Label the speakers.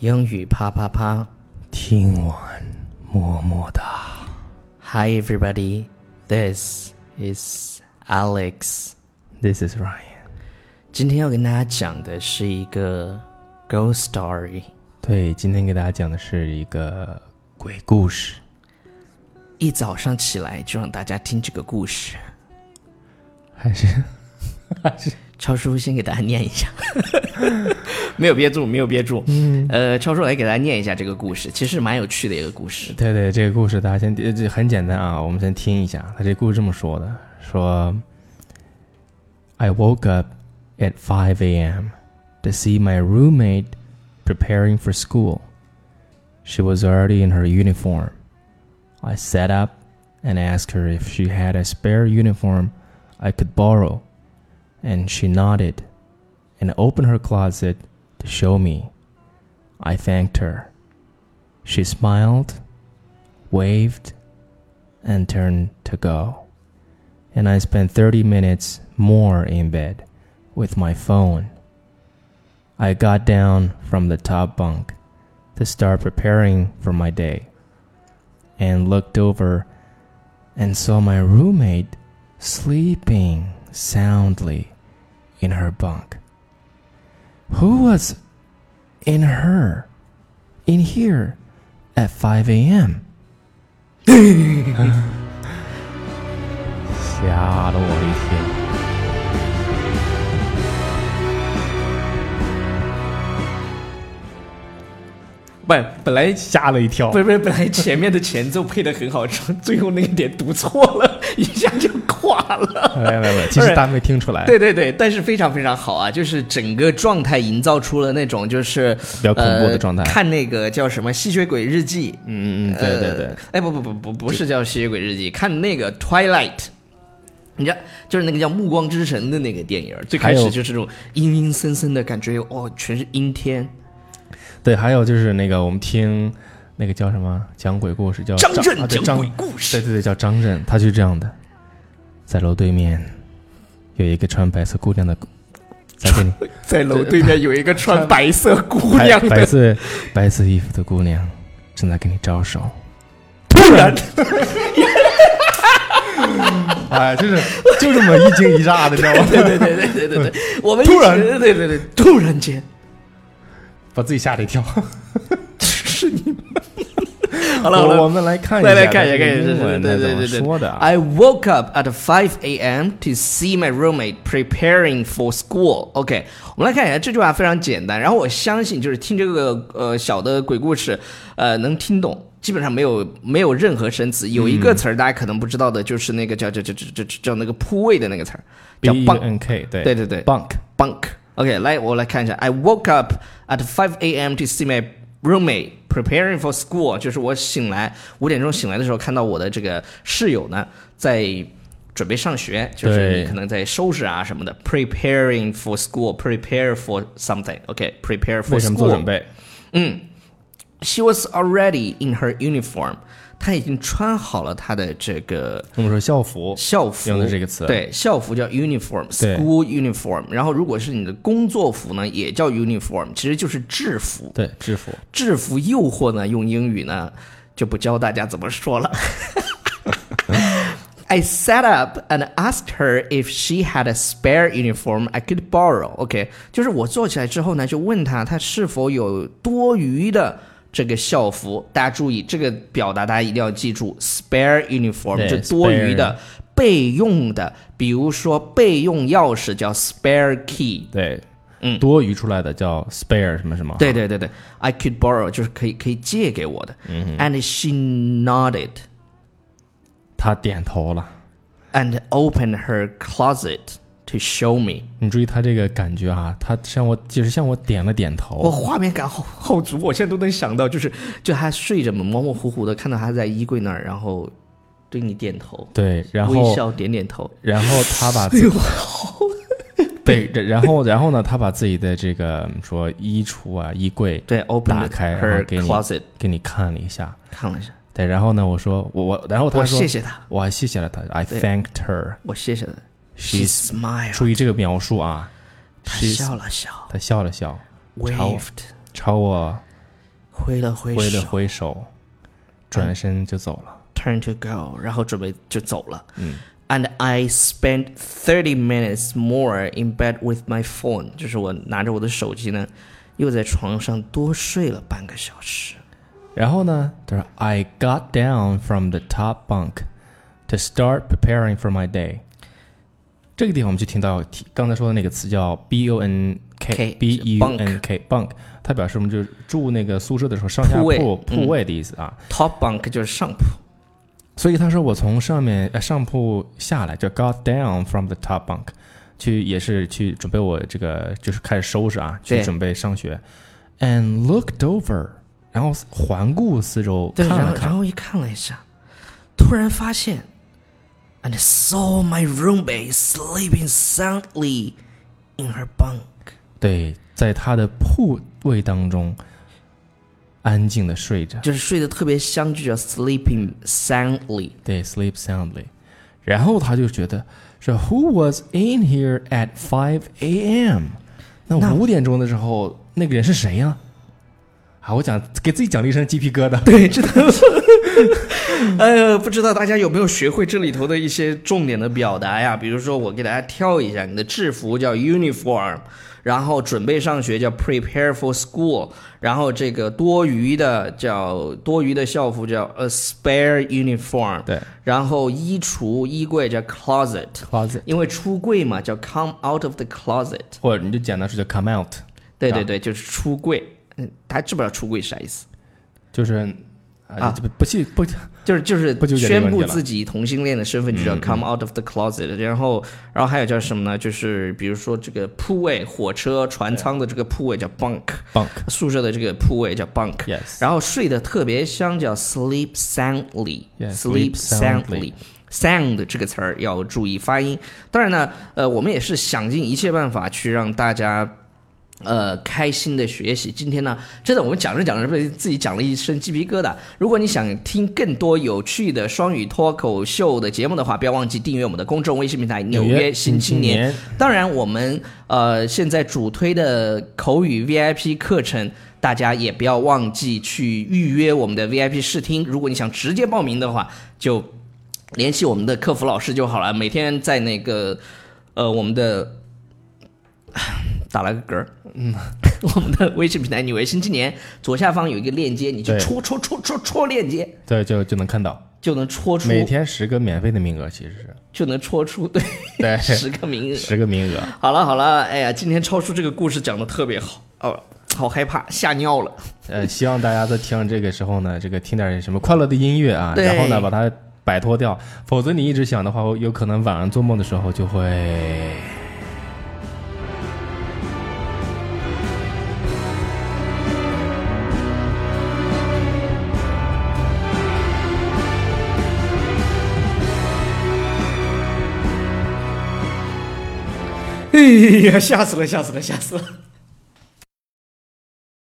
Speaker 1: 英语啪啪啪
Speaker 2: 听完么么哒。
Speaker 1: ！Hi everybody, this is Alex。
Speaker 2: This is Ryan。
Speaker 1: 今天要跟大家讲的是一个 ghost story，
Speaker 2: 对，今天给大家讲的是一个鬼故事。
Speaker 1: 一早上起来就让大家听这个故事。
Speaker 2: 还是
Speaker 1: 超叔先给大家念一下， 没有憋住，没有憋住。嗯，呃，超叔来给大家念一下这个故事，其实蛮有趣的一个故事。
Speaker 2: 对对，这个故事大家先呃这很简单啊，我们先听一下。他这故事这么说的：说，I woke up at 5 a.m. to see my roommate preparing for school. She was already in her uniform. I sat up and asked her if she had a spare uniform I could borrow, and she nodded and opened her closet to show me. I thanked her. She smiled, waved, and turned to go. And I spent 30 minutes more in bed with my phone. I got down from the top bunk to start preparing for my day and looked over and saw my roommate sleeping soundly in her bunk. Who was in her? in here at 5 a.m. 吓了我一跳。本本来吓了一跳，
Speaker 1: 不是不是，本来前面的前奏配的很好，最后那个点读错了，一下就垮了。
Speaker 2: 没有没有没有，其实大家没听出来，
Speaker 1: 对对对，但是非常非常好啊，就是整个状态营造出了那种就是比
Speaker 2: 较恐怖的状态
Speaker 1: 看那个叫什么《吸血鬼日记》，
Speaker 2: 嗯嗯嗯，对对对
Speaker 1: 呃，哎不不不不不是叫《吸血鬼日记》，看那个《Twilight》。你知道，就是那个叫《暮光之城》的那个电影，最开
Speaker 2: 还
Speaker 1: 始
Speaker 2: 有
Speaker 1: 就是这种阴阴森森的感觉，哦，全是阴天。
Speaker 2: 对，还有就是那个我们听那个叫什么讲鬼故事，叫
Speaker 1: 张震
Speaker 2: 啊对
Speaker 1: 讲
Speaker 2: 张
Speaker 1: 鬼故事
Speaker 2: 对对对，叫张震，他就是这样的，在楼对面有一个穿白色姑娘的，在这里。
Speaker 1: 在楼对面有一个穿白色 姑
Speaker 2: 白白色白色衣服的姑娘正在跟你招手，
Speaker 1: 突然
Speaker 2: 哎，就是就这么一惊一乍的，你知道吗？
Speaker 1: 对对对对对对对，我们一
Speaker 2: 突然
Speaker 1: 起对对对，突然间
Speaker 2: 把自己吓了一跳。
Speaker 1: 是你们。好
Speaker 2: 好
Speaker 1: 了好
Speaker 2: 我
Speaker 1: 了。
Speaker 2: 们来看一下，
Speaker 1: 再来看一下，看一下，
Speaker 2: 英
Speaker 1: 对
Speaker 2: 文
Speaker 1: 对
Speaker 2: 它怎
Speaker 1: 对
Speaker 2: 么
Speaker 1: 对对。
Speaker 2: 说的啊。
Speaker 1: I woke up at 5 a.m. to see my roommate preparing for school. OK，我们来看一下这句话非常简单，然后我相信就是听这个呃小的鬼故事，呃能听懂，基本上没有没有任何生词。有一
Speaker 2: 嗯
Speaker 1: 个词儿大家可能不知道的，就是那个叫叫叫叫叫叫那个铺位的那个词儿，
Speaker 2: B 哎
Speaker 1: 叫
Speaker 2: U
Speaker 1: 棒。
Speaker 2: N K，对
Speaker 1: 对对对
Speaker 2: bunk，
Speaker 1: bunk. Okay, 来我来看一下。I woke up at 5 a.m. to see my roommate preparing for school，就是我醒来五点钟醒来的时候，看到我的这个室友呢在准备上学，就是
Speaker 2: 对
Speaker 1: 你可能在收拾啊什么的，preparing for school，prepare for something。OK，prepare、
Speaker 2: 为
Speaker 1: for
Speaker 2: 什么做
Speaker 1: school
Speaker 2: 准。备？
Speaker 1: She was already in her uniform，她已经穿好了她的这个
Speaker 2: 我们说校服，
Speaker 1: 校服
Speaker 2: 用的这个词
Speaker 1: 对，校服叫 uniform，school uniform。然后如果是你的工作服呢，也叫 uniform，其实就是制服。
Speaker 2: 对制服，
Speaker 1: 制服诱惑呢，用英语呢就不教大家怎么说了。I sat up and asked her if she had a spare uniform I could borrow. OK，就是我坐起来之后呢，就问她她是否有多余的这个校服。大家注意这个表达，大家一定要记住，spare uniform
Speaker 2: 对
Speaker 1: 就多余的、备用的，比如说备用钥匙叫 spare key，
Speaker 2: 对，嗯，多余出来的叫 spare 什么什么，
Speaker 1: 对对对对，I could borrow 就是可以可以借给我的。And
Speaker 2: 嗯
Speaker 1: she nodded
Speaker 2: 他点头了。
Speaker 1: and opened her closet to show me。
Speaker 2: 你注意他这个感觉啊，他向我就是向我点了点
Speaker 1: 我
Speaker 2: 头，
Speaker 1: 画面感好好足，我现在都能想到，就是就他睡着嘛，模模糊糊的看到他在衣柜那儿，然后对你点头，
Speaker 2: 对，然
Speaker 1: 微
Speaker 2: 后
Speaker 1: 笑点点头。
Speaker 2: 然后他 把自己 对，然后然后呢，他把自己的这个嗯说衣橱啊、衣柜
Speaker 1: 对
Speaker 2: 打
Speaker 1: ，opened
Speaker 2: 开，然
Speaker 1: her
Speaker 2: 后给你
Speaker 1: closet
Speaker 2: 给你看了一下。
Speaker 1: 看了一下，
Speaker 2: 对，然后呢，我说我我，然后哦他
Speaker 1: 我
Speaker 2: 说
Speaker 1: 谢谢他，
Speaker 2: 我还谢谢了他，I
Speaker 1: 对
Speaker 2: thanked her。
Speaker 1: 我谢谢他。She
Speaker 2: She's
Speaker 1: smiled，
Speaker 2: 注意这个描述啊，
Speaker 1: 她
Speaker 2: she's-
Speaker 1: 笑了笑
Speaker 2: 他笑了笑，朝
Speaker 1: ，waved，
Speaker 2: 朝我
Speaker 1: 挥了挥
Speaker 2: 挥了
Speaker 1: 手
Speaker 2: 挥手，转身就走了。
Speaker 1: ，turn to go，然后准备就走了。
Speaker 2: 嗯
Speaker 1: And I spent thirty minutes more in bed with my phone，就是我拿着我的手机呢，又在床上多睡了半个小时。
Speaker 2: 然后呢，他说 I got down from the top bunk to start preparing for my day。这个地方我们就听到提刚才说的那个词叫 b o n k
Speaker 1: K，
Speaker 2: b u n
Speaker 1: bunk
Speaker 2: k bunk，它表示我们就是住那个宿舍的时候上下
Speaker 1: 铺位
Speaker 2: 铺铺
Speaker 1: 嗯
Speaker 2: 位的意思啊。
Speaker 1: Top bunk 就是上铺，
Speaker 2: 所以他说我从上面呃上铺下来，就 got down from the top bunk，去也是去准备我这个就是开始收拾啊，去
Speaker 1: 对
Speaker 2: 准备上学，and looked over，然后环顾四周
Speaker 1: 对，
Speaker 2: 看
Speaker 1: 然
Speaker 2: 了
Speaker 1: 后
Speaker 2: 看
Speaker 1: 然，后一看了一下，突然发现，and saw my roommate sleeping soundly in her bunk。
Speaker 2: 对，在他的铺位当中安静的睡着，
Speaker 1: 就是睡得特别香，就叫 sleeping soundly。
Speaker 2: 对，sleep soundly。然后他就觉得说，Who was in here at 5 a.m.？那
Speaker 1: 那
Speaker 2: 五点钟的时候，那个人是谁呀、啊，我讲给自己讲了一身鸡皮疙瘩。
Speaker 1: 对，真的是。呃，不知道大家有没有学会这里头的一些重点的表达呀？比如说，我给大家挑一下，你的制服叫 uniform，然后准备上学叫 prepare for school，然后这个多余的叫多余的校服叫 a spare uniform，
Speaker 2: 对
Speaker 1: 然后衣橱衣柜叫 closet，
Speaker 2: ，closet，
Speaker 1: 因为出柜嘛叫 come out of the closet，
Speaker 2: 或者你就简单说叫 come out，
Speaker 1: 对
Speaker 2: 啊
Speaker 1: 对对，就是出柜。嗯，大家知不知道出柜是啥意思？
Speaker 2: 就是啊
Speaker 1: 啊
Speaker 2: 不不记不
Speaker 1: 就是就是
Speaker 2: 不纠结这个
Speaker 1: 宣
Speaker 2: 问题
Speaker 1: 布
Speaker 2: 了嗯
Speaker 1: 自己同性恋的身份，就叫 come out of the closet、然后，然后还有叫什么呢？就是比如说这个铺位，火车船舱的这个铺位叫 bunk，
Speaker 2: bunk，yes，
Speaker 1: 宿舍的这个铺位叫 bunk。然后睡得特别香，叫 sleep soundly。
Speaker 2: Yeah,
Speaker 1: sleep
Speaker 2: sleep soundly
Speaker 1: soundly。sound 这个词儿要注意发音。当然呢，呃，我们也是想尽一切办法去让大家。呃，开心的学习。今天呢，真的我们讲着讲着被自己讲了一身鸡皮疙瘩。如果你想听更多有趣的双语脱口秀的节目的话，不要忘记订阅我们的公众微信平台《纽约新青年》。当然，我们呃现在主推的口语 VIP 课程，大家也不要忘记去预约我们的 VIP 试听。如果你想直接报名的话，就联系我们的客服老师就好了。每天在那个呃我们的打了个嗝，嗯， 我们的微信平台“纽约新青年”左下方有一个链接，你去
Speaker 2: 对
Speaker 1: 戳戳戳戳戳链接，
Speaker 2: 对，就就能看到，
Speaker 1: 就能戳出
Speaker 2: 每天十个免费的名额，其实是
Speaker 1: 就能戳出 对
Speaker 2: 对
Speaker 1: 十个名额。
Speaker 2: 十个名额。
Speaker 1: 好了好了，哎呀，今天超叔这个故事讲的特别好，哦，好害怕，吓尿了。
Speaker 2: 呃，希望大家在听这个时候呢，这个听点什么快乐的音乐啊，
Speaker 1: 对
Speaker 2: 然后呢把它摆脱掉，否则你一直想的话，有可能晚上做梦的时候就会。
Speaker 1: 哎呀，吓死了，吓死了，吓死了。